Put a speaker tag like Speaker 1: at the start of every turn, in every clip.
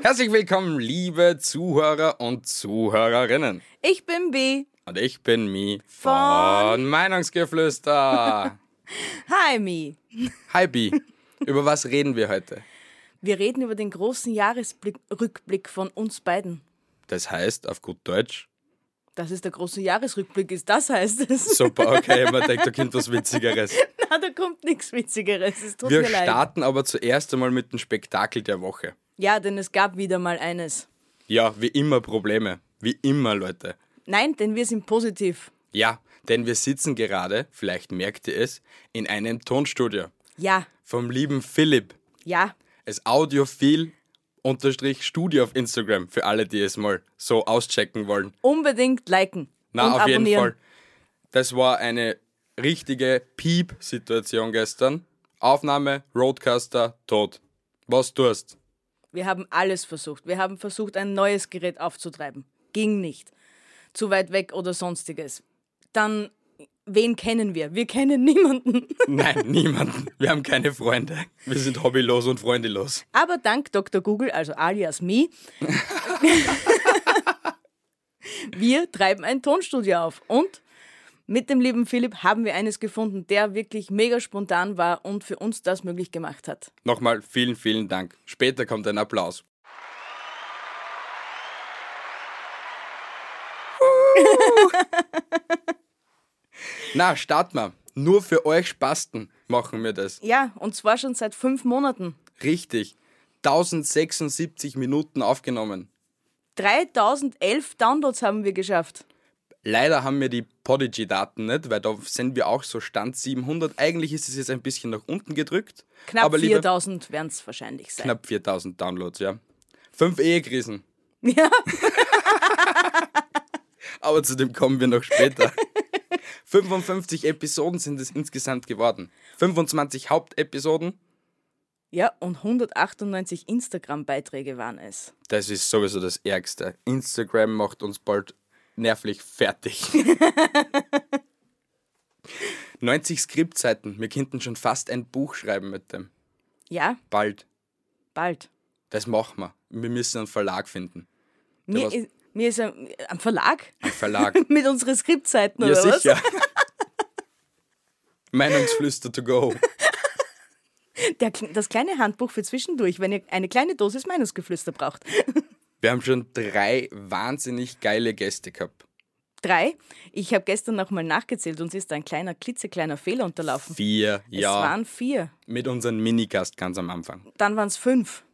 Speaker 1: Herzlich willkommen, liebe Zuhörer und Zuhörerinnen.
Speaker 2: Ich bin B.
Speaker 1: Und ich bin Mi
Speaker 2: Von-
Speaker 1: von Meinungsgeflüster.
Speaker 2: Hi, Mi.
Speaker 1: Hi Bi, über was reden wir heute?
Speaker 2: Wir reden über den großen Jahresrückblick von uns beiden.
Speaker 1: Das heißt auf gut Deutsch.
Speaker 2: Das ist der große Jahresrückblick, ist das heißt es.
Speaker 1: Super, okay, man denkt, da kommt was Witzigeres.
Speaker 2: Na, da kommt nichts Witzigeres. Es tut
Speaker 1: Wir
Speaker 2: mir leid.
Speaker 1: starten aber zuerst einmal mit dem Spektakel der Woche.
Speaker 2: Ja, denn es gab wieder mal eines.
Speaker 1: Ja, wie immer Probleme. Wie immer, Leute.
Speaker 2: Nein, denn wir sind positiv.
Speaker 1: Ja, denn wir sitzen gerade, vielleicht merkt ihr es, in einem Tonstudio
Speaker 2: Ja,
Speaker 1: vom lieben Philipp.
Speaker 2: ja.
Speaker 1: Es audiophil unterstrich Studio auf Instagram für alle, die es mal so auschecken wollen.
Speaker 2: Unbedingt liken.
Speaker 1: Na,
Speaker 2: und
Speaker 1: auf
Speaker 2: abonnieren.
Speaker 1: jeden Fall. Das war eine richtige Piep-Situation gestern. Aufnahme, Roadcaster, tot. Was tust?
Speaker 2: Wir haben alles versucht. Wir haben versucht, ein neues Gerät aufzutreiben. Ging nicht. Zu weit weg oder sonstiges. Dann, wen kennen wir? Wir kennen niemanden.
Speaker 1: Nein, niemanden. Wir haben keine Freunde. Wir sind hobbylos und freundelos.
Speaker 2: Aber dank Dr. Google, also alias me, wir treiben ein Tonstudio auf. Und mit dem lieben Philipp haben wir eines gefunden, der wirklich mega spontan war und für uns das möglich gemacht hat.
Speaker 1: Nochmal vielen, vielen Dank. Später kommt ein Applaus. Na, starten wir. Nur für euch Spasten machen wir das.
Speaker 2: Ja, und zwar schon seit fünf Monaten.
Speaker 1: Richtig. 1076 Minuten aufgenommen.
Speaker 2: 3011 Downloads haben wir geschafft.
Speaker 1: Leider haben wir die Podigy-Daten nicht, weil da sind wir auch so Stand 700. Eigentlich ist es jetzt ein bisschen nach unten gedrückt.
Speaker 2: Knapp
Speaker 1: aber lieber-
Speaker 2: 4000 werden es wahrscheinlich sein.
Speaker 1: Knapp 4000 Downloads, ja. Fünf Ehekrisen.
Speaker 2: Ja,
Speaker 1: Aber zu dem kommen wir noch später. 55 Episoden sind es insgesamt geworden. 25 Hauptepisoden.
Speaker 2: ja, und 198 Instagram-Beiträge waren es.
Speaker 1: Das ist sowieso das Ärgste. Instagram macht uns bald nervlich fertig. 90 Skriptseiten. Wir könnten schon fast ein Buch schreiben mit dem.
Speaker 2: Ja,
Speaker 1: Bald.
Speaker 2: bald.
Speaker 1: Das machen wir. Wir müssen einen Verlag finden.
Speaker 2: Mir
Speaker 1: was-
Speaker 2: ist, mir ist ein, ein Verlag
Speaker 1: Ein Verlag.
Speaker 2: mit unseren Skriptseiten
Speaker 1: ja,
Speaker 2: oder was?
Speaker 1: sicher. Meinungsflüster to go.
Speaker 2: Der, Kle- das kleine Handbuch für zwischendurch, wenn ihr eine kleine Dosis Meinungsgeflüster braucht.
Speaker 1: Wir haben schon drei wahnsinnig geile Gäste gehabt.
Speaker 2: Drei. Ich habe gestern nochmal nachgezählt, uns ist ein kleiner, klitzekleiner Fehler unterlaufen.
Speaker 1: Vier, ja.
Speaker 2: Es waren vier.
Speaker 1: Mit unserem Minigast ganz am Anfang.
Speaker 2: Dann waren es fünf.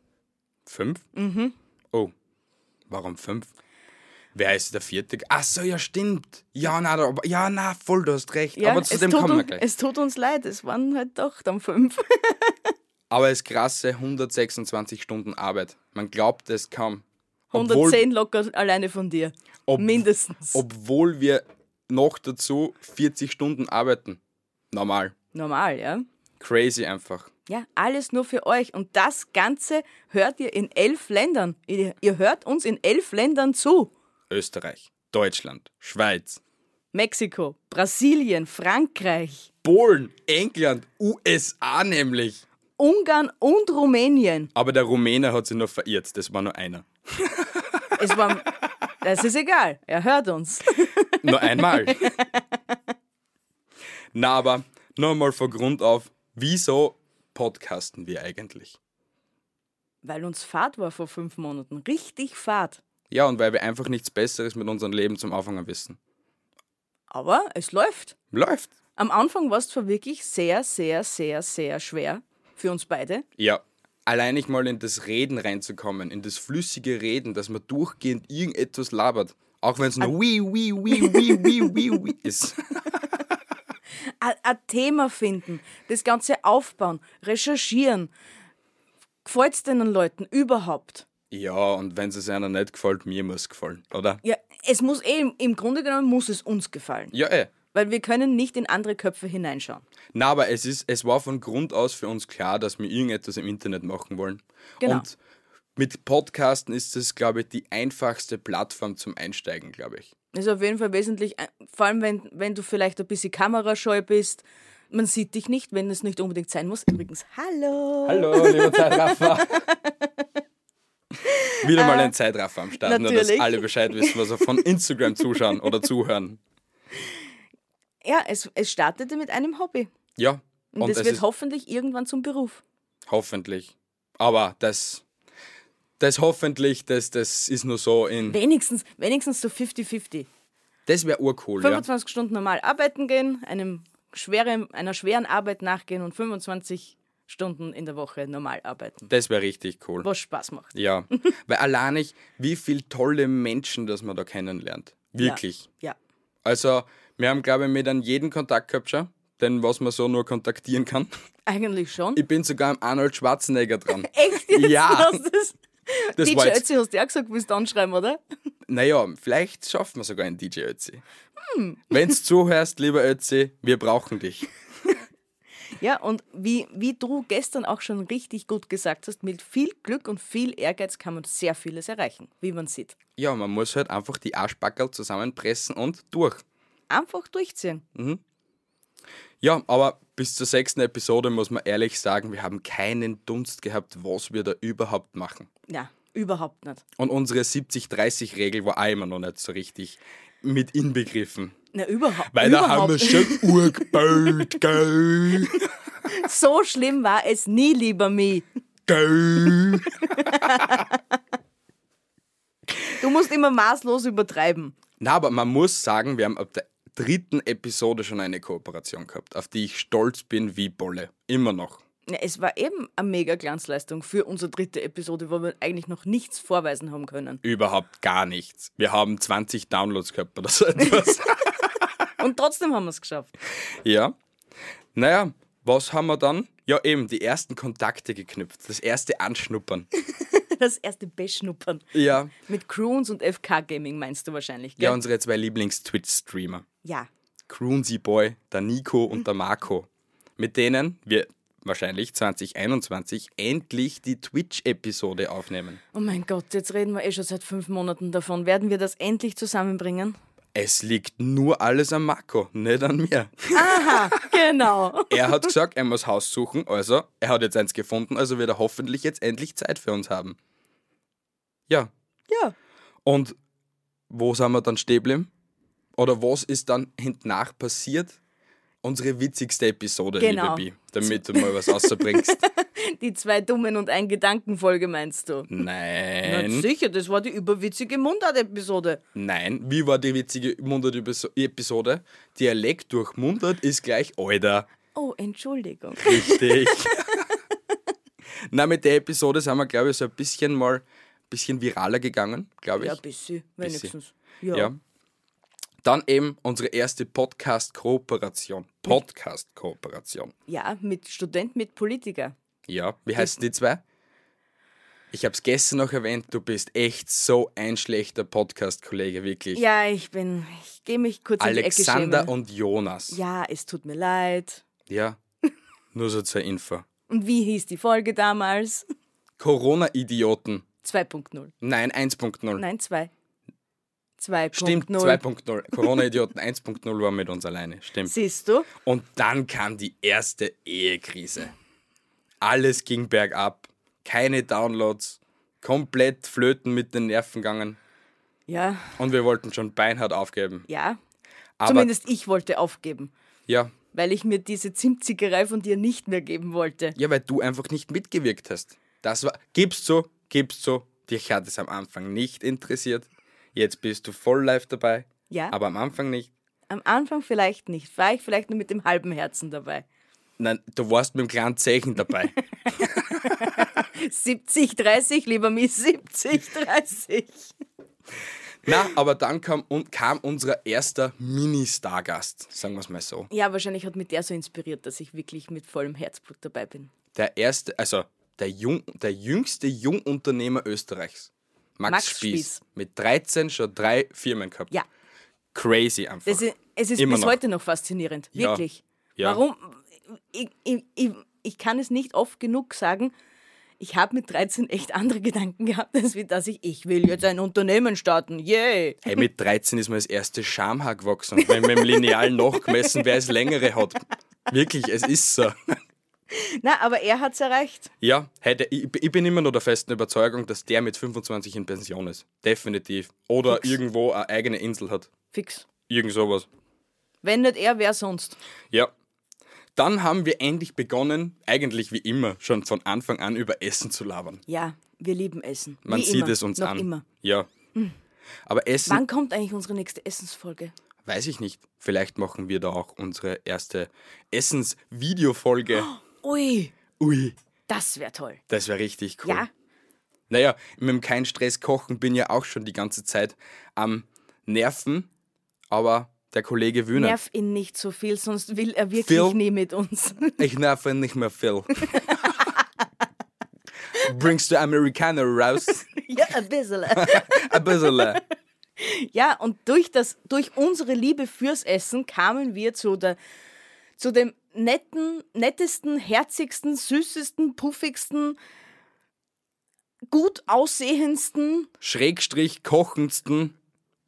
Speaker 1: Fünf? Mhm. Oh, warum fünf? Wer ist der vierte? Ach so, ja, stimmt. Ja, na, da, ja, na, voll, du hast recht.
Speaker 2: Ja,
Speaker 1: Aber zu
Speaker 2: es
Speaker 1: dem
Speaker 2: tut
Speaker 1: kommen wir
Speaker 2: uns-
Speaker 1: gleich.
Speaker 2: Es tut uns leid, es waren halt doch dann fünf.
Speaker 1: Aber es krasse 126 Stunden Arbeit. Man glaubt es kaum. Obwohl-
Speaker 2: 110 locker alleine von dir.
Speaker 1: Ob-
Speaker 2: Mindestens.
Speaker 1: Obwohl wir noch dazu 40 Stunden arbeiten. Normal.
Speaker 2: Normal, ja.
Speaker 1: Crazy einfach.
Speaker 2: Ja, alles nur für euch. Und das Ganze hört ihr in elf Ländern. Ihr, ihr hört uns in elf Ländern zu.
Speaker 1: Österreich, Deutschland, Schweiz,
Speaker 2: Mexiko, Brasilien, Frankreich,
Speaker 1: Polen, England, USA nämlich.
Speaker 2: Ungarn und Rumänien.
Speaker 1: Aber der Rumäner hat sich noch verirrt. Das war nur einer.
Speaker 2: Es war, das ist egal, er hört uns.
Speaker 1: Nur einmal. Na, aber nochmal von Grund auf, wieso podcasten wir eigentlich?
Speaker 2: Weil uns Fahrt war vor fünf Monaten. Richtig Fahrt.
Speaker 1: Ja, und weil wir einfach nichts Besseres mit unserem Leben zum Anfangen wissen.
Speaker 2: Aber es läuft.
Speaker 1: Läuft.
Speaker 2: Am Anfang war es zwar wirklich sehr, sehr, sehr, sehr schwer für uns beide.
Speaker 1: Ja. Allein nicht mal in das Reden reinzukommen, in das flüssige Reden, dass man durchgehend irgendetwas labert. Auch wenn es nur wie, wie, wie, wie, wie, wie, wie ist.
Speaker 2: Ein- Ein Thema finden, das Ganze aufbauen, recherchieren, Gefällt es den Leuten überhaupt?
Speaker 1: Ja, und wenn es einer nicht gefällt, mir muss es gefallen, oder?
Speaker 2: Ja, es muss eh, im- im Grunde genommen muss es uns gefallen.
Speaker 1: Ja, eh.
Speaker 2: Weil wir können nicht in andere Köpfe hineinschauen.
Speaker 1: Na, aber es, ist, es war von Grund aus für uns klar, dass wir irgendetwas im Internet machen wollen.
Speaker 2: Genau.
Speaker 1: Und mit Podcasten ist es, glaube ich, die einfachste Plattform zum Einsteigen, glaube ich.
Speaker 2: Ist auf jeden Fall wesentlich, ein- vor allem wenn, wenn du vielleicht ein bisschen kamerascheu bist. Man sieht dich nicht, wenn es nicht unbedingt sein muss. Übrigens, hallo!
Speaker 1: Hallo, lieber Zeitraffer. Wieder mal ein Zeitraffer am Start, nur dass
Speaker 2: Äh, Natürlich.
Speaker 1: alle Bescheid wissen, was er von Instagram zuschauen oder zuhören.
Speaker 2: Ja, es, es startete mit einem Hobby.
Speaker 1: Ja, und,
Speaker 2: Und, es
Speaker 1: es
Speaker 2: wird
Speaker 1: ist
Speaker 2: hoffentlich irgendwann zum Beruf.
Speaker 1: hoffentlich. Aber das, das hoffentlich, das, das ist nur so in.
Speaker 2: Wenigstens, wenigstens so 50-50.
Speaker 1: Das wäre urcool, ja.
Speaker 2: 25 Stunden normal arbeiten gehen, einem schwere, einer schweren Arbeit nachgehen und 25 Stunden in der Woche normal arbeiten.
Speaker 1: Das wäre richtig cool.
Speaker 2: Was Spaß macht.
Speaker 1: Ja, weil allein ich, wie viele tolle Menschen, dass man da kennenlernt. Wirklich.
Speaker 2: Ja.
Speaker 1: Also, wir haben, glaube ich, mit an jeden Kontakt gehabt schon, denn was man so nur kontaktieren kann.
Speaker 2: Eigentlich schon.
Speaker 1: Ich bin sogar am Arnold Schwarzenegger dran.
Speaker 2: Echt jetzt?
Speaker 1: Ja.
Speaker 2: Du hast es-
Speaker 1: Das
Speaker 2: DJ
Speaker 1: war jetzt,
Speaker 2: Ötzi hast du ja gesagt, willst du anschreiben, oder?
Speaker 1: naja, vielleicht schaffen wir sogar einen DJ Ötzi.
Speaker 2: Hm.
Speaker 1: Wenn du zuhörst, lieber Ötzi, wir brauchen dich.
Speaker 2: Ja, und wie, wie du gestern auch schon richtig gut gesagt hast, mit viel Glück und viel Ehrgeiz kann man sehr vieles erreichen, wie man sieht.
Speaker 1: Ja, man muss halt einfach die Arschbackerl zusammenpressen und durch.
Speaker 2: Einfach durchziehen.
Speaker 1: Ja, aber bis zur sechsten Episode muss man ehrlich sagen, wir haben keinen Dunst gehabt, was wir da überhaupt machen.
Speaker 2: Ja, überhaupt nicht.
Speaker 1: Und unsere 70-30-Regel war auch immer noch nicht so richtig mit inbegriffen.
Speaker 2: Na, überhaupt.
Speaker 1: Weil da haben
Speaker 2: überhaupt.
Speaker 1: wir schon urgeballt, gell,
Speaker 2: So schlimm war es nie, lieber Mi.
Speaker 1: gell.
Speaker 2: Du musst immer maßlos übertreiben.
Speaker 1: Na, aber man muss sagen, wir haben ab der dritten Episode schon eine Kooperation gehabt, auf die ich stolz bin wie Bolle. Immer noch.
Speaker 2: Ja, es war eben eine mega Glanzleistung für unsere dritte Episode, wo wir eigentlich noch nichts vorweisen haben können.
Speaker 1: Überhaupt gar nichts. Wir haben 20 Downloads gehabt oder so etwas.
Speaker 2: Und trotzdem haben wir es geschafft.
Speaker 1: ja. Naja, was haben wir dann? Ja, eben, die ersten Kontakte geknüpft, das erste Anschnuppern.
Speaker 2: Das erste Beschnuppern.
Speaker 1: Ja.
Speaker 2: Mit Croons und FK Gaming meinst du wahrscheinlich, gell?
Speaker 1: Ja, unsere zwei Lieblings-Twitch-Streamer.
Speaker 2: ja.
Speaker 1: Croonzy Boy, der Nico und der Marco, mit denen wir wahrscheinlich 2021 endlich die Twitch-Episode aufnehmen.
Speaker 2: Oh mein Gott, jetzt reden wir eh schon seit fünf Monaten davon. Werden wir das endlich zusammenbringen?
Speaker 1: Es liegt nur alles am Marco, nicht an mir.
Speaker 2: Aha, genau.
Speaker 1: Er hat gesagt, er muss Haus suchen, also er hat jetzt eins gefunden, also wird er hoffentlich jetzt endlich Zeit für uns haben. Ja,
Speaker 2: Ja.
Speaker 1: und wo sind wir dann stehen geblieben? Oder was ist dann hintnach passiert? Unsere witzigste Episode,
Speaker 2: Genau.
Speaker 1: liebe Bi, damit du mal was rausbringst.
Speaker 2: Die zwei Dummen und ein Gedankenfolge meinst du?
Speaker 1: Nein.
Speaker 2: Na sicher, das war die überwitzige Mundart-Episode.
Speaker 1: Nein, wie war die witzige Mundart-Episode? Dialekt durch Mundart ist gleich Alter.
Speaker 2: Oh, Entschuldigung.
Speaker 1: Richtig. Na, mit der Episode sind wir, glaube ich, so ein bisschen mal bisschen viraler gegangen, glaube ich.
Speaker 2: Ja, bisschen, wenigstens.
Speaker 1: Ja. Dann eben unsere erste Podcast-Kooperation. Podcast-Kooperation.
Speaker 2: Ja, mit Student, mit Politiker.
Speaker 1: Ja. Wie heißen die zwei? Ich habe es gestern noch erwähnt, du bist echt so ein schlechter Podcast-Kollege, wirklich.
Speaker 2: Ja, ich bin, ich gehe mich kurz in die Ecke
Speaker 1: Alexander
Speaker 2: schämen.
Speaker 1: und Jonas.
Speaker 2: Ja, es tut mir leid.
Speaker 1: Ja, nur so zur Info.
Speaker 2: Und wie hieß die Folge damals?
Speaker 1: Corona-Idioten.
Speaker 2: 2.0.
Speaker 1: Nein, 1.0.
Speaker 2: Nein, 2. 2.0.
Speaker 1: Stimmt, 2.0. Corona-Idioten 1.0 war mit uns alleine. Stimmt.
Speaker 2: Siehst du?
Speaker 1: Und dann kam die erste Ehekrise. Alles ging bergab. Keine Downloads. Komplett flöten mit den Nerven gegangen.
Speaker 2: Ja,
Speaker 1: Und wir wollten schon beinhart aufgeben.
Speaker 2: ja.
Speaker 1: Aber
Speaker 2: Zumindest ich wollte aufgeben,
Speaker 1: ja,
Speaker 2: weil ich mir diese Zimtzickerei von dir nicht mehr geben wollte.
Speaker 1: ja, weil du einfach nicht mitgewirkt hast. Das war, gibst so, gibst so. Dich hat es am Anfang nicht interessiert. Jetzt bist du voll live dabei.
Speaker 2: Ja,
Speaker 1: Aber am Anfang nicht.
Speaker 2: am Anfang vielleicht nicht. War ich vielleicht nur mit dem halben Herzen dabei.
Speaker 1: Nein, du warst mit dem kleinen Zeichen dabei.
Speaker 2: 70, 30, lieber mich 70, 30.
Speaker 1: Na, aber dann kam, und kam unser erster Mini-Stargast, sagen wir es mal so.
Speaker 2: Ja, wahrscheinlich hat mich der so inspiriert, dass ich wirklich mit vollem Herzblut dabei bin.
Speaker 1: Der erste, also der, Jung, der jüngste Jungunternehmer Österreichs. Max,
Speaker 2: Max
Speaker 1: Spieß.
Speaker 2: Spieß.
Speaker 1: Mit 13 schon drei Firmen gehabt.
Speaker 2: Ja.
Speaker 1: Crazy einfach.
Speaker 2: Das ist, es ist
Speaker 1: Immer
Speaker 2: bis
Speaker 1: noch.
Speaker 2: heute noch faszinierend.
Speaker 1: Ja.
Speaker 2: Wirklich.
Speaker 1: Ja.
Speaker 2: Warum? Ich, ich, ich, ich kann es nicht oft genug sagen. Ich habe mit 13 echt andere Gedanken gehabt, als wie dass ich, ich will jetzt ein Unternehmen starten. Yay!
Speaker 1: Hey, mit 13 ist mir das erste Schamhaar gewachsen. Und wenn mit dem Lineal nachgemessen, wer das längere hat. Wirklich, es ist so.
Speaker 2: Na, aber er hat es erreicht.
Speaker 1: Ja, hey, der, ich, ich bin immer noch der festen Überzeugung, dass der mit 25 in Pension ist. Definitiv. Oder irgendwo eine eigene Insel hat.
Speaker 2: Fix.
Speaker 1: Irgend sowas.
Speaker 2: Wenn nicht er, wer sonst?
Speaker 1: Ja. Dann haben wir endlich begonnen, eigentlich wie immer, schon von Anfang an über Essen zu labern.
Speaker 2: Ja, wir lieben Essen.
Speaker 1: Man
Speaker 2: Wie
Speaker 1: sieht
Speaker 2: immer.
Speaker 1: es uns
Speaker 2: noch
Speaker 1: an.
Speaker 2: Immer. Hm.
Speaker 1: Ja. Aber Essen,
Speaker 2: Wann kommt eigentlich unsere nächste Essensfolge?
Speaker 1: weiß ich nicht. Vielleicht machen wir da auch unsere erste Essens-Videofolge.
Speaker 2: Oh. Ui,
Speaker 1: Ui,
Speaker 2: das wäre toll.
Speaker 1: das wäre richtig cool.
Speaker 2: Ja,
Speaker 1: Naja, mit dem Kein Stress kochen bin ja auch schon die ganze Zeit am Nerven, aber der Kollege Wühner.
Speaker 2: nerv ihn nicht so viel, sonst will er wirklich
Speaker 1: Phil?
Speaker 2: nie mit uns.
Speaker 1: Ich nerve nicht mehr Phil. Bringst du Amerikaner raus?
Speaker 2: ja, ein bisschen.
Speaker 1: Ein bisschen. äh,
Speaker 2: Ja, und durch, das, durch unsere Liebe fürs Essen kamen wir zu, der, zu dem netten, nettesten, herzigsten, süßesten, puffigsten, gut aussehendsten
Speaker 1: Schrägstrich kochendsten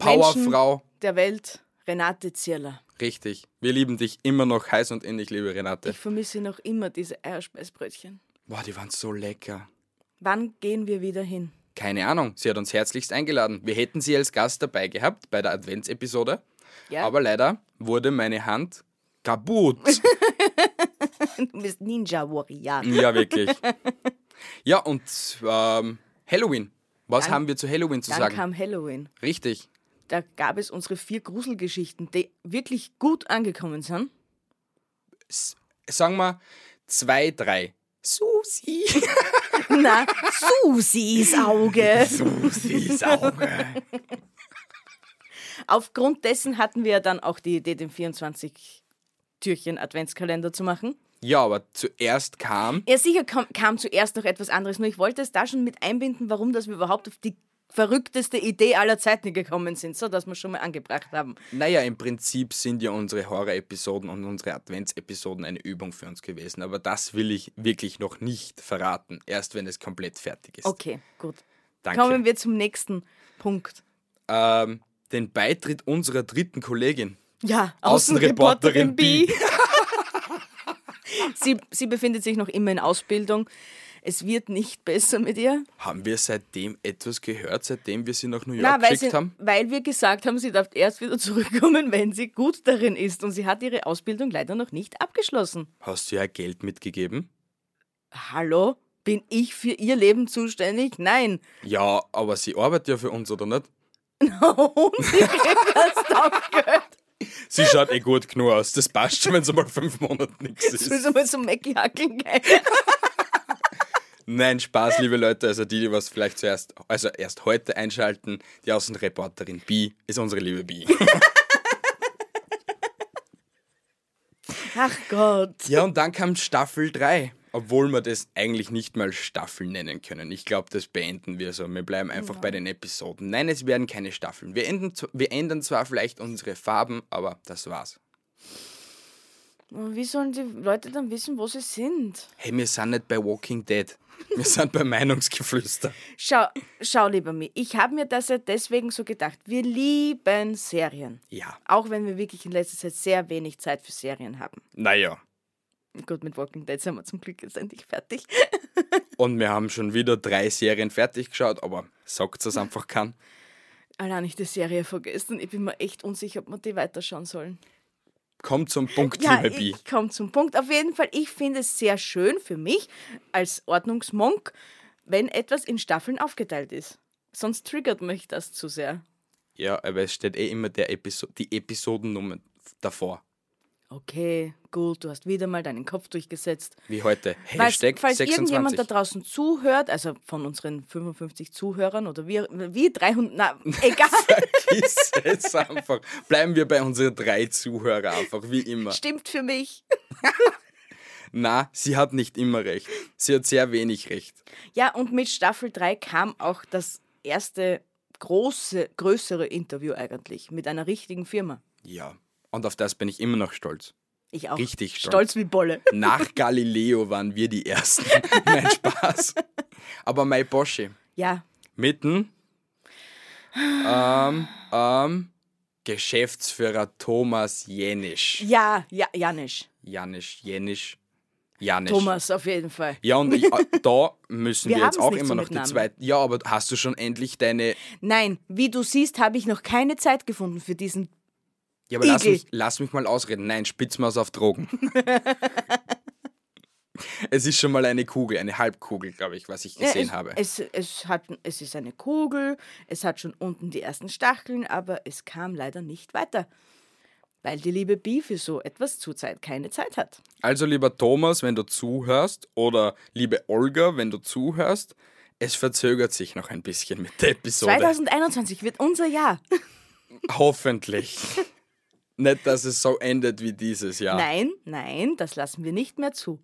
Speaker 2: Menschen.
Speaker 1: Powerfrau.
Speaker 2: der Welt, Renate Zierler.
Speaker 1: Richtig. Wir lieben dich immer noch heiß und innig, liebe Renate.
Speaker 2: Ich vermisse noch immer diese Eierspeisbrötchen.
Speaker 1: Boah, die waren so lecker.
Speaker 2: Wann gehen wir wieder hin?
Speaker 1: Keine Ahnung, sie hat uns herzlichst eingeladen. Wir hätten sie als Gast dabei gehabt bei der Adventsepisode,
Speaker 2: Ja,
Speaker 1: aber leider wurde meine Hand kaputt.
Speaker 2: du bist Ninja Warrior.
Speaker 1: ja, wirklich. Ja, und ähm, Halloween. Was haben wir zu Halloween zu
Speaker 2: Dann
Speaker 1: sagen?
Speaker 2: kam Halloween.
Speaker 1: Richtig.
Speaker 2: Da gab es unsere vier Gruselgeschichten, die wirklich gut angekommen sind.
Speaker 1: Sagen wir zwei, drei. Susi.
Speaker 2: Na, Susis Auge.
Speaker 1: Susis Auge.
Speaker 2: Aufgrund dessen hatten wir ja dann auch die Idee, den 24-Türchen Adventskalender zu machen.
Speaker 1: Ja, aber zuerst kam
Speaker 2: Ja, sicher kam, kam zuerst noch etwas anderes, nur ich wollte es da schon mit einbinden, warum dass wir überhaupt auf die verrückteste Idee aller Zeiten gekommen sind, so dass wir schon mal angebracht haben.
Speaker 1: Naja, im Prinzip sind ja unsere Horror-Episoden und unsere Advents-Episoden eine Übung für uns gewesen. Aber das will ich wirklich noch nicht verraten. Erst wenn es komplett fertig ist.
Speaker 2: Okay, gut.
Speaker 1: Danke.
Speaker 2: Kommen wir zum nächsten Punkt.
Speaker 1: ähm, den Beitritt unserer dritten Kollegin.
Speaker 2: Ja,
Speaker 1: Außenreporterin B.
Speaker 2: sie, sie befindet sich noch immer in Ausbildung. Es wird nicht besser mit ihr.
Speaker 1: Haben wir seitdem etwas gehört, seitdem wir sie nach New York
Speaker 2: Na, weil,
Speaker 1: geschickt
Speaker 2: sie,
Speaker 1: haben?
Speaker 2: weil wir gesagt haben, sie darf erst wieder zurückkommen, wenn sie gut darin ist. Und sie hat ihre Ausbildung leider noch nicht abgeschlossen.
Speaker 1: Hast du ja Geld mitgegeben?
Speaker 2: Hallo? Bin ich für ihr Leben zuständig? Nein.
Speaker 1: Ja, aber sie arbeitet ja für uns, oder nicht?
Speaker 2: Und sie kriegt das Taugeld.
Speaker 1: Sie schaut eh gut genug aus. Das passt schon, wenn sie mal fünf Monate nichts
Speaker 2: Jetzt
Speaker 1: ist.
Speaker 2: müssen wir zum Mackie hackeln gehen.
Speaker 1: Nein, Spaß, liebe Leute. Also die, die was vielleicht zuerst, also erst heute einschalten, die Außenreporterin Bi ist unsere liebe Bi.
Speaker 2: Ach Gott.
Speaker 1: ja, und dann kam Staffel 3. Obwohl wir das eigentlich nicht mal Staffel nennen können. Ich glaube, das beenden wir so. Wir bleiben einfach bei den Episoden. Nein, es werden keine Staffeln. Wir, enden, z- wir ändern zwar vielleicht unsere Farben, aber das war's.
Speaker 2: Wie sollen die Leute dann wissen, wo sie sind?
Speaker 1: Hey, wir sind nicht bei Walking Dead. Wir sind bei Meinungsgeflüster.
Speaker 2: Schau, schau lieber mir. Ich habe mir das ja deswegen so gedacht. Wir lieben Serien.
Speaker 1: Ja.
Speaker 2: Auch wenn wir wirklich in letzter Zeit sehr wenig Zeit für Serien haben.
Speaker 1: Naja.
Speaker 2: Gut, mit Walking Dead sind wir zum Glück jetzt endlich fertig.
Speaker 1: Und wir haben schon wieder drei Serien fertig geschaut, aber sagt es einfach kann.
Speaker 2: Allein ich die Serie vergessen. Ich bin mir echt unsicher, ob wir die weiterschauen sollen.
Speaker 1: Kommt zum Punkt,
Speaker 2: Ja,
Speaker 1: liebe Bi.
Speaker 2: ich komme zum Punkt. Auf jeden Fall, ich finde es sehr schön für mich als Ordnungsmonk, wenn etwas in Staffeln aufgeteilt ist. Sonst triggert mich das zu sehr.
Speaker 1: Ja, aber es steht eh immer der Episo die Episodennummer davor.
Speaker 2: Okay, gut, du hast wieder mal deinen Kopf durchgesetzt.
Speaker 1: Wie heute.
Speaker 2: Falls,
Speaker 1: Hashtag
Speaker 2: falls
Speaker 1: 26.
Speaker 2: irgendjemand da draußen zuhört, also von unseren 55 Zuhörern oder wie, wie 300, na, egal.
Speaker 1: Ist es einfach. Bleiben wir bei unseren drei Zuhörern einfach, wie immer.
Speaker 2: Stimmt für mich.
Speaker 1: Na, sie hat nicht immer recht. Sie hat sehr wenig recht.
Speaker 2: Ja, und mit Staffel 3 kam auch das erste große, größere Interview eigentlich mit einer richtigen Firma.
Speaker 1: Ja. Und auf das bin ich immer noch stolz.
Speaker 2: Ich auch.
Speaker 1: Richtig stolz.
Speaker 2: Stolz wie Bolle.
Speaker 1: Nach Galileo waren wir die Ersten. Nein, Spaß. Aber mein Bosche,
Speaker 2: Ja,
Speaker 1: mitten ähm, ähm, Geschäftsführer Thomas Jenisch.
Speaker 2: ja, ja, Janisch.
Speaker 1: Janisch, Jenisch, Janisch.
Speaker 2: Thomas auf jeden Fall.
Speaker 1: Ja, und ich, äh, da müssen
Speaker 2: Wir
Speaker 1: wir, jetzt
Speaker 2: haben's
Speaker 1: auch
Speaker 2: nicht
Speaker 1: immer
Speaker 2: so
Speaker 1: noch
Speaker 2: mit
Speaker 1: die
Speaker 2: Namen.
Speaker 1: zweite. Ja, aber hast du schon endlich deine.
Speaker 2: Nein, wie du siehst, habe ich noch keine Zeit gefunden für diesen.
Speaker 1: Ja, aber lass
Speaker 2: Igel.
Speaker 1: mich, lass mich mal ausreden. Nein, Spitzmaus auf Drogen. es ist schon mal eine Kugel, eine Halbkugel, glaube ich, was ich
Speaker 2: Ja,
Speaker 1: gesehen
Speaker 2: äh, es,
Speaker 1: habe.
Speaker 2: Es, es, hat, es ist eine Kugel, es hat schon unten die ersten Stacheln, aber es kam leider nicht weiter. Weil die liebe Bi für so etwas zurzeit keine Zeit hat.
Speaker 1: Also lieber Thomas, wenn du zuhörst, oder liebe Olga, wenn du zuhörst, es verzögert sich noch ein bisschen mit der Episode.
Speaker 2: 2021 wird unser Jahr.
Speaker 1: Hoffentlich. Nicht, dass es so endet wie dieses Jahr.
Speaker 2: Nein, nein, das lassen wir nicht mehr zu.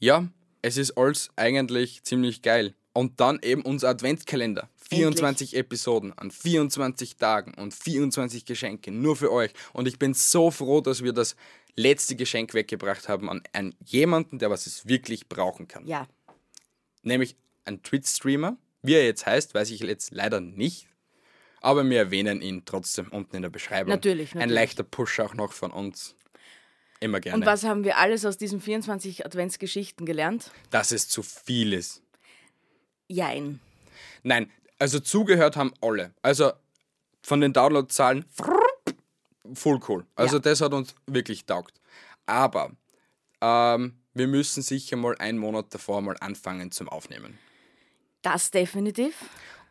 Speaker 1: Ja, es ist alles eigentlich ziemlich geil. Und dann eben unser Adventskalender. 24 Episoden an 24 Tagen und 24 Geschenke nur für euch. Und ich bin so froh, dass wir das letzte Geschenk weggebracht haben an, an jemanden, der was es wirklich brauchen kann.
Speaker 2: Ja,
Speaker 1: nämlich ein Twitch-Streamer. Wie er jetzt heißt, weiß ich jetzt leider nicht. Aber wir erwähnen ihn trotzdem unten in der Beschreibung.
Speaker 2: Natürlich,
Speaker 1: Ein
Speaker 2: natürlich.
Speaker 1: leichter Push auch noch von uns. Immer gerne.
Speaker 2: und was haben wir alles aus diesen 24 Adventsgeschichten gelernt?
Speaker 1: Dass es zu viel ist.
Speaker 2: Jein.
Speaker 1: Nein, also zugehört haben alle. Also von den Downloadzahlen frupp, voll cool. Also das hat uns wirklich taugt. Aber ähm, wir müssen sicher mal einen Monat davor mal anfangen zum Aufnehmen.
Speaker 2: Das definitiv.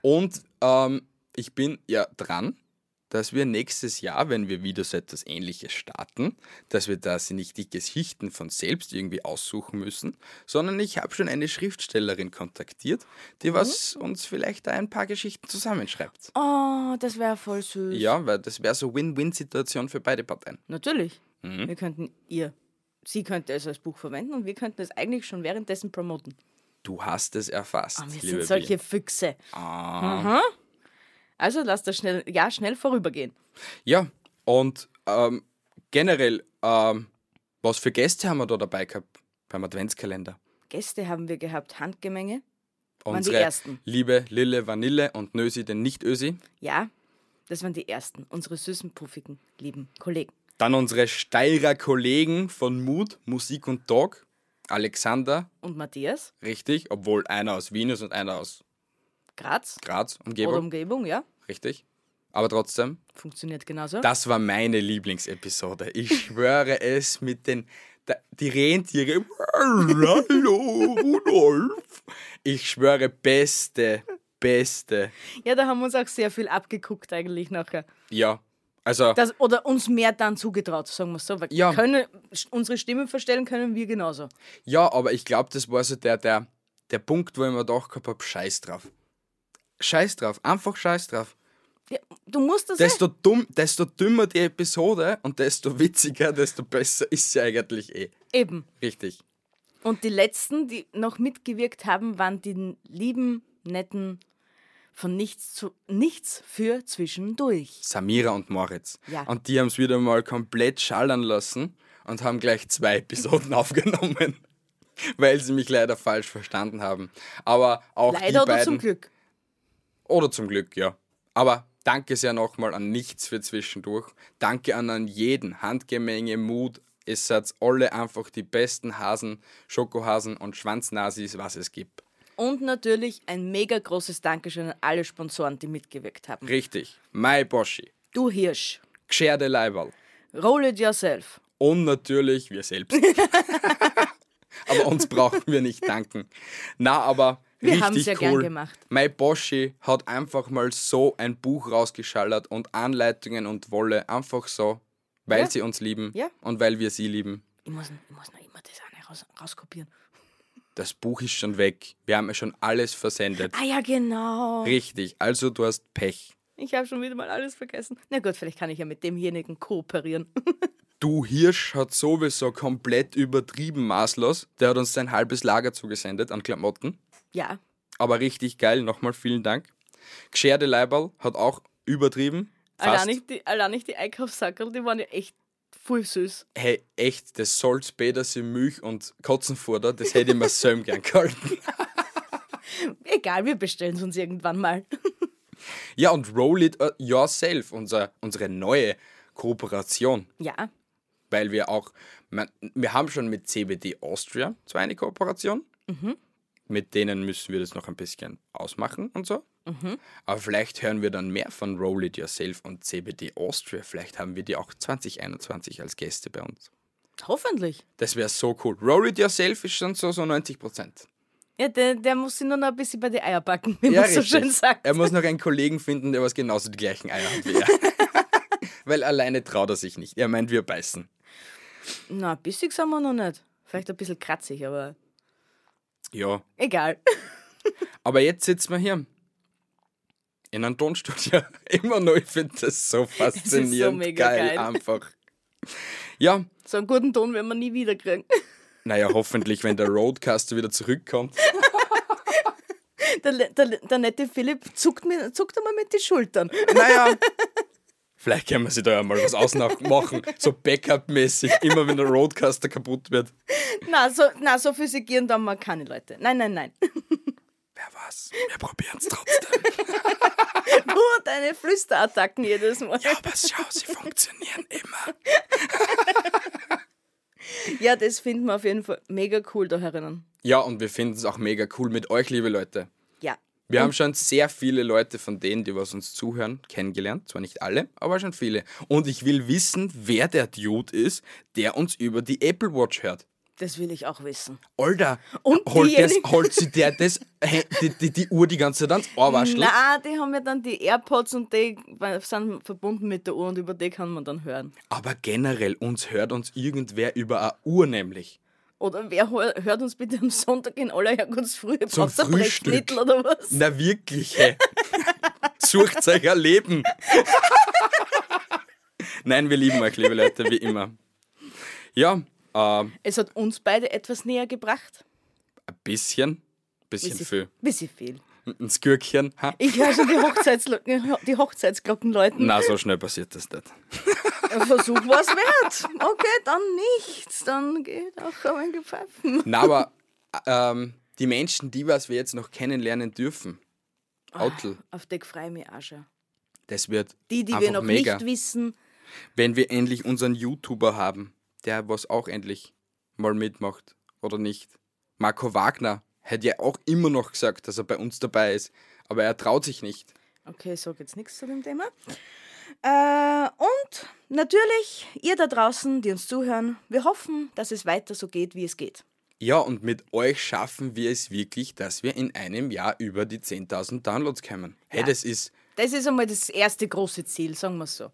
Speaker 1: Und ähm, ich bin ja dran, dass wir nächstes Jahr, wenn wir wieder so etwas Ähnliches starten, dass wir da sie nicht die Geschichten von selbst irgendwie aussuchen müssen, sondern ich habe schon eine Schriftstellerin kontaktiert, die was uns vielleicht da ein paar Geschichten zusammenschreibt.
Speaker 2: Oh, das wäre voll süß.
Speaker 1: Ja, weil das wäre so Win-Win-Situation für beide Parteien.
Speaker 2: Natürlich.
Speaker 1: Mhm.
Speaker 2: Wir könnten ihr, sie könnte es als Buch verwenden und wir könnten es eigentlich schon währenddessen promoten. Ah,
Speaker 1: Du hast es erfasst,
Speaker 2: Wir
Speaker 1: liebe Ah.
Speaker 2: sind solche
Speaker 1: Bi.
Speaker 2: Füchse. Aha. Also lass das schnell, ja, schnell vorübergehen.
Speaker 1: Ja, und ähm, generell, ähm, was für Gäste haben wir da dabei gehabt beim Adventskalender?
Speaker 2: Gäste haben wir gehabt, Handgemenge. Waren die
Speaker 1: unsere
Speaker 2: Ersten.
Speaker 1: liebe Lille Vanille und Nösi den Nicht-Ösi.
Speaker 2: Ja, das waren die ersten, unsere süßen, puffigen, lieben Kollegen.
Speaker 1: Dann unsere Steirer Kollegen von Mut, Musik und Talk. Alexander,
Speaker 2: Und Matthias,
Speaker 1: richtig, obwohl einer aus Wien ist und einer aus
Speaker 2: Graz
Speaker 1: Graz,
Speaker 2: oder
Speaker 1: Umgebung,
Speaker 2: Umgebung, ja,
Speaker 1: richtig. Aber trotzdem,
Speaker 2: funktioniert genauso.
Speaker 1: das war meine Lieblingsepisode. Ich schwöre es mit den. da- Die Rentiere. Hallo, Rudolf. Ich schwöre, beste, beste.
Speaker 2: Ja, da haben wir uns auch sehr viel abgeguckt eigentlich nachher.
Speaker 1: Ja, also.
Speaker 2: Das, oder uns mehr dann zugetraut, sagen wir es so. Weil
Speaker 1: Ja.
Speaker 2: können, unsere Stimmen verstellen können wir genauso.
Speaker 1: Ja, aber ich glaube, das war so der, der, der Punkt, wo ich mir gedacht habe, scheiß drauf. Scheiß drauf, einfach scheiß drauf.
Speaker 2: Ja, du musst das, eh.
Speaker 1: Desto, dumm, desto dümmer die Episode und desto witziger, desto besser ist sie eigentlich eh.
Speaker 2: eben.
Speaker 1: Richtig.
Speaker 2: Und die letzten, die noch mitgewirkt haben, waren die lieben, netten von nichts zu nichts für zwischendurch.
Speaker 1: Samira und Moritz.
Speaker 2: Ja.
Speaker 1: Und die haben es wieder mal komplett schallern lassen und haben gleich zwei Episoden aufgenommen, weil sie mich leider falsch verstanden haben. Aber auch
Speaker 2: Leider
Speaker 1: die beiden,
Speaker 2: oder zum Glück.
Speaker 1: Oder zum Glück, ja. Aber danke sehr nochmal an nichts für zwischendurch. Danke an, an jeden. Handgemenge, Mut. Es seid alle einfach die besten Hasen, Schokohasen und Schwanznasis, was es gibt.
Speaker 2: Und natürlich ein mega großes Dankeschön an alle Sponsoren, die mitgewirkt haben.
Speaker 1: Richtig. Mai Boschi.
Speaker 2: Du Hirsch,
Speaker 1: Gscherde Leiberl.
Speaker 2: roll it yourself.
Speaker 1: Und natürlich wir selbst. aber uns brauchen wir nicht danken. Na, aber
Speaker 2: Wir
Speaker 1: richtig
Speaker 2: haben's ja
Speaker 1: cool.
Speaker 2: gern gemacht.
Speaker 1: Mein Boschi hat einfach mal so ein Buch rausgeschallert und Anleitungen und Wolle einfach so, weil
Speaker 2: Ja.
Speaker 1: sie uns lieben
Speaker 2: Ja.
Speaker 1: und weil wir sie lieben.
Speaker 2: Ich muss, ich muss noch immer das eine raus, rauskopieren.
Speaker 1: Das Buch ist schon weg. Wir haben ja schon alles versendet.
Speaker 2: Ah ja, genau.
Speaker 1: Richtig. Also du hast Pech.
Speaker 2: Ich habe schon wieder mal alles vergessen. Na gut, vielleicht kann ich ja mit demjenigen kooperieren.
Speaker 1: Du Hirsch hat sowieso komplett übertrieben maßlos. Der hat uns sein halbes Lager zugesendet an Klamotten.
Speaker 2: Ja.
Speaker 1: Aber richtig geil, nochmal vielen Dank. Gescherte Leiberl hat auch übertrieben. Fast.
Speaker 2: Allein nicht, die, allein nicht die Einkaufssackerl, die waren ja echt voll süß.
Speaker 1: Hey, echt, das Salz, Petersil, Milch und Kotzenfutter, das hätte ich mir selber gern gehalten.
Speaker 2: Egal, wir bestellen es uns irgendwann mal.
Speaker 1: Ja, und Roll It äh, Yourself, unser, unsere neue Kooperation.
Speaker 2: Ja.
Speaker 1: weil wir auch, man, wir haben schon mit CBD Austria zwar eine Kooperation, mit denen müssen wir das noch ein bisschen ausmachen und so. Aber vielleicht hören wir dann mehr von Roll It Yourself und CBD Austria. Vielleicht haben wir die auch 2021 als Gäste bei uns.
Speaker 2: Hoffentlich.
Speaker 1: Das wäre so cool. Roll It Yourself ist schon so, so 90 Prozent.
Speaker 2: Ja, der, der muss sich nur noch ein bisschen bei die Eier backen, wie man so schön sagt.
Speaker 1: Er muss noch einen Kollegen finden, der was genauso die gleichen Eier hat wie er. Weil alleine traut er sich nicht. Er meint, wir beißen.
Speaker 2: Na, bissig sind wir noch nicht. Vielleicht ein bisschen kratzig, aber
Speaker 1: Ja,
Speaker 2: egal.
Speaker 1: Aber jetzt sitzen wir hier. In einem Tonstudio. Immer noch, ich finde das so faszinierend.
Speaker 2: mega
Speaker 1: geil,
Speaker 2: geil.
Speaker 1: einfach. Ja,
Speaker 2: So einen guten Ton werden wir nie wieder kriegen.
Speaker 1: naja, hoffentlich, wenn der Roadcaster wieder zurückkommt.
Speaker 2: Der, le- der, der nette Philipp zuckt, mir, zuckt einmal mit den Schultern.
Speaker 1: Naja, vielleicht können wir sich da ja mal was ausmachen. So Backup-mäßig, immer wenn der Roadcaster kaputt wird.
Speaker 2: Na, so, na, so physikieren dann mal keine Leute. Nein, nein, nein.
Speaker 1: Wer was? Wir probieren es trotzdem.
Speaker 2: Nur deine Flüsterattacken jedes Mal. Ja.
Speaker 1: Aber schau, sie funktionieren immer.
Speaker 2: das finden wir auf jeden Fall mega cool da herinnen.
Speaker 1: Ja, und wir finden es auch mega cool mit euch, liebe Leute.
Speaker 2: Ja.
Speaker 1: Wir haben schon sehr viele Leute von denen, die was uns zuhören, kennengelernt. Zwar nicht alle, aber schon viele. Und ich will wissen, wer der Dude ist, der uns über die Apple Watch hört.
Speaker 2: Das will ich auch wissen.
Speaker 1: Alter,
Speaker 2: Und
Speaker 1: holt, das,
Speaker 2: diejenigen-
Speaker 1: holt sie der das, hä, die, die, die Uhr die ganze Zeit ans Ohrwaschel?
Speaker 2: Na, ah, die haben ja dann die AirPods und die sind verbunden mit der Uhr und über die kann man dann hören.
Speaker 1: Aber generell, uns hört uns irgendwer über eine Uhr nämlich.
Speaker 2: Oder wer ho- hört uns bitte am Sonntag in aller Herkunftsfrühe?
Speaker 1: Zum
Speaker 2: Braucht's ein
Speaker 1: Frühstück.
Speaker 2: Brettmittel oder was?
Speaker 1: Na wirklich, hä? Sucht euch ein Leben. Nein, wir lieben euch, liebe Leute, wie immer. Ja, ähm,
Speaker 2: Es hat uns beide etwas näher gebracht.
Speaker 1: Ein bisschen. Bisschen viel.
Speaker 2: Bisschen viel.
Speaker 1: Ein Skürkchen. Ha?
Speaker 2: Ich höre schon die, Hochzeitslo- die Hochzeitsglocken läuten.
Speaker 1: Na, so schnell passiert das nicht.
Speaker 2: Ein Versuch war es wert. Okay, dann nichts. Dann geht auch mein Gepfeifen.
Speaker 1: Na, aber ähm, die Menschen, die was wir jetzt noch kennenlernen dürfen, Outl,
Speaker 2: Auf Deck freue ich mich auch schon.
Speaker 1: das wird
Speaker 2: Die, die
Speaker 1: einfach
Speaker 2: wir noch
Speaker 1: mega.
Speaker 2: nicht wissen.
Speaker 1: Wenn wir endlich unseren YouTuber haben, der was auch endlich mal mitmacht oder nicht. Marco Wagner hätte ja auch immer noch gesagt, dass er bei uns dabei ist, aber er traut sich nicht.
Speaker 2: Okay, ich sage jetzt nichts zu dem Thema. Äh, und natürlich, ihr da draußen, die uns zuhören, wir hoffen, dass es weiter so geht, wie es geht.
Speaker 1: Ja, und mit euch schaffen wir es wirklich, dass wir in einem Jahr über die 10.000 Downloads kommen. Hey, das ist
Speaker 2: Das ist einmal das erste große Ziel, sagen wir es so.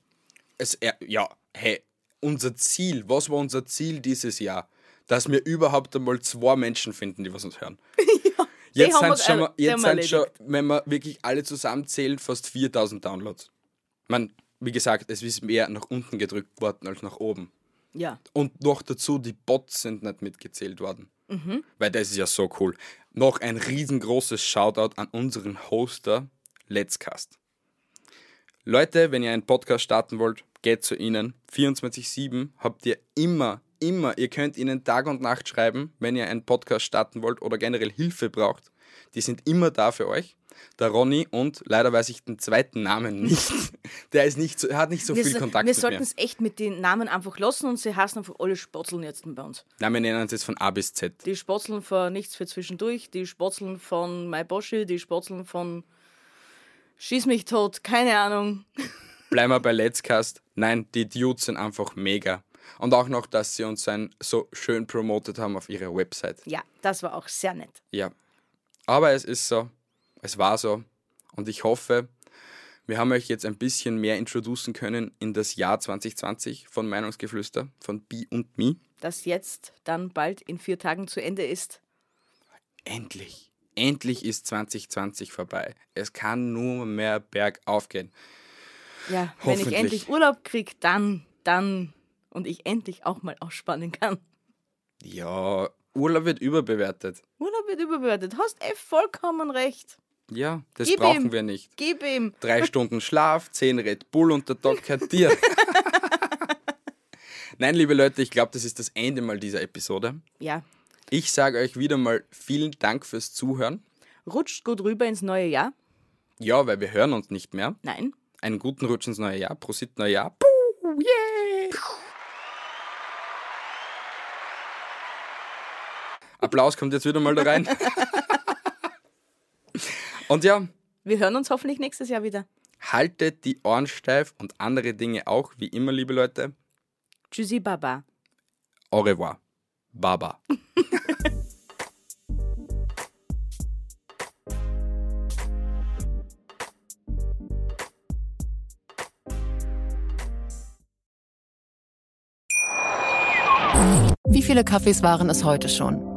Speaker 1: es, er- ja, hey, unser Ziel, was war unser Ziel dieses Jahr? Dass wir überhaupt einmal zwei Menschen finden, die was uns hören. jetzt
Speaker 2: haben
Speaker 1: sind
Speaker 2: wir's
Speaker 1: schon, mal,
Speaker 2: alle- die
Speaker 1: jetzt
Speaker 2: haben wir
Speaker 1: sind schon, wenn wir wirklich alle zusammenzählen, fast 4000 Downloads. Man, wie gesagt, es ist mehr nach unten gedrückt worden als nach oben.
Speaker 2: Ja.
Speaker 1: Und noch dazu, die Bots sind nicht mitgezählt worden.
Speaker 2: Mhm.
Speaker 1: Weil das ist ja so cool. Noch ein riesengroßes Shoutout an unseren Hoster Let'scast. Leute, wenn ihr einen Podcast starten wollt, geht zu ihnen. 24-7 habt ihr immer, immer, ihr könnt ihnen Tag und Nacht schreiben, wenn ihr einen Podcast starten wollt oder generell Hilfe braucht. Die sind immer da für euch. Der Ronny und leider weiß ich den zweiten Namen nicht. Der ist nicht so, er hat nicht so
Speaker 2: Wir,
Speaker 1: viel
Speaker 2: so-
Speaker 1: Kontakt
Speaker 2: wir
Speaker 1: mit
Speaker 2: sollten
Speaker 1: mir.
Speaker 2: es echt mit den Namen einfach lassen und sie hassen einfach alle Spotzeln jetzt bei uns.
Speaker 1: Nein, wir nennen uns jetzt von A bis Z.
Speaker 2: Die Spotzeln von Nichts für Zwischendurch, die Spotzeln von My Boschi, die Spotzeln von Schieß mich tot, keine Ahnung.
Speaker 1: bleiben wir bei Let'scast. Nein, die Dudes sind einfach mega. Und auch noch, dass sie uns ein, so schön promotet haben auf ihrer Website.
Speaker 2: Ja, das war auch sehr nett.
Speaker 1: Ja. Aber es ist so. Es war so. Und ich hoffe, wir haben euch jetzt ein bisschen mehr introducen können in das Jahr 2020 von Meinungsgeflüster, von B und Me.
Speaker 2: Dass jetzt dann bald in vier Tagen zu Ende ist.
Speaker 1: Endlich. Endlich ist 2020 vorbei. Es kann nur mehr bergauf gehen.
Speaker 2: Ja, wenn ich
Speaker 1: Hoffentlich.
Speaker 2: endlich Urlaub kriege, dann, dann. und ich endlich auch mal ausspannen kann.
Speaker 1: Ja, Urlaub wird überbewertet.
Speaker 2: Urlaub wird überbewertet. Hast eh vollkommen recht.
Speaker 1: Ja, das
Speaker 2: Gib
Speaker 1: brauchen
Speaker 2: ihm.
Speaker 1: wir nicht.
Speaker 2: Gib ihm.
Speaker 1: Drei Stunden Schlaf, zehn Red Bull und der Tag gehört dir. Nein, liebe Leute, ich glaube, das ist das Ende mal dieser Episode.
Speaker 2: Ja,
Speaker 1: Ich sage euch wieder mal vielen Dank fürs Zuhören.
Speaker 2: rutscht gut rüber ins neue Jahr.
Speaker 1: Ja, weil wir hören uns nicht mehr.
Speaker 2: Nein.
Speaker 1: Einen guten Rutsch ins neue Jahr. Prosit Neujahr. Applaus kommt jetzt wieder mal da rein. Und ja,
Speaker 2: Wir hören uns hoffentlich nächstes Jahr wieder.
Speaker 1: haltet die Ohren steif und andere Dinge auch, wie immer, liebe Leute.
Speaker 2: Tschüssi, Baba.
Speaker 1: Au revoir. Baba.
Speaker 3: Wie viele Kaffees waren es heute schon?